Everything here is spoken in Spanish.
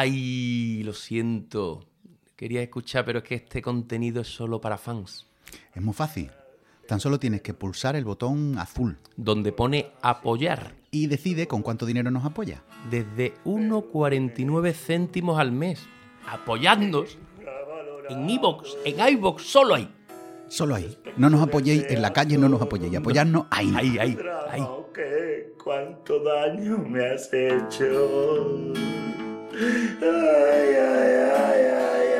Ay, lo siento. Quería escuchar, pero es que este contenido es solo para fans. Es muy fácil. Tan solo tienes que pulsar el botón azul Donde pone apoyar y decide con cuánto dinero nos apoya. desde 1,49 céntimos al mes. Apoyadnos en iBox, en iBox, solo ahí. Solo ahí. No nos apoyéis en la calle, no nos apoyéis. Apoyarnos ahí. Ahí, ahí, ahí. Drama, ¿qué? ¿Cuánto daño me has hecho? Ay, ay, ay, ay,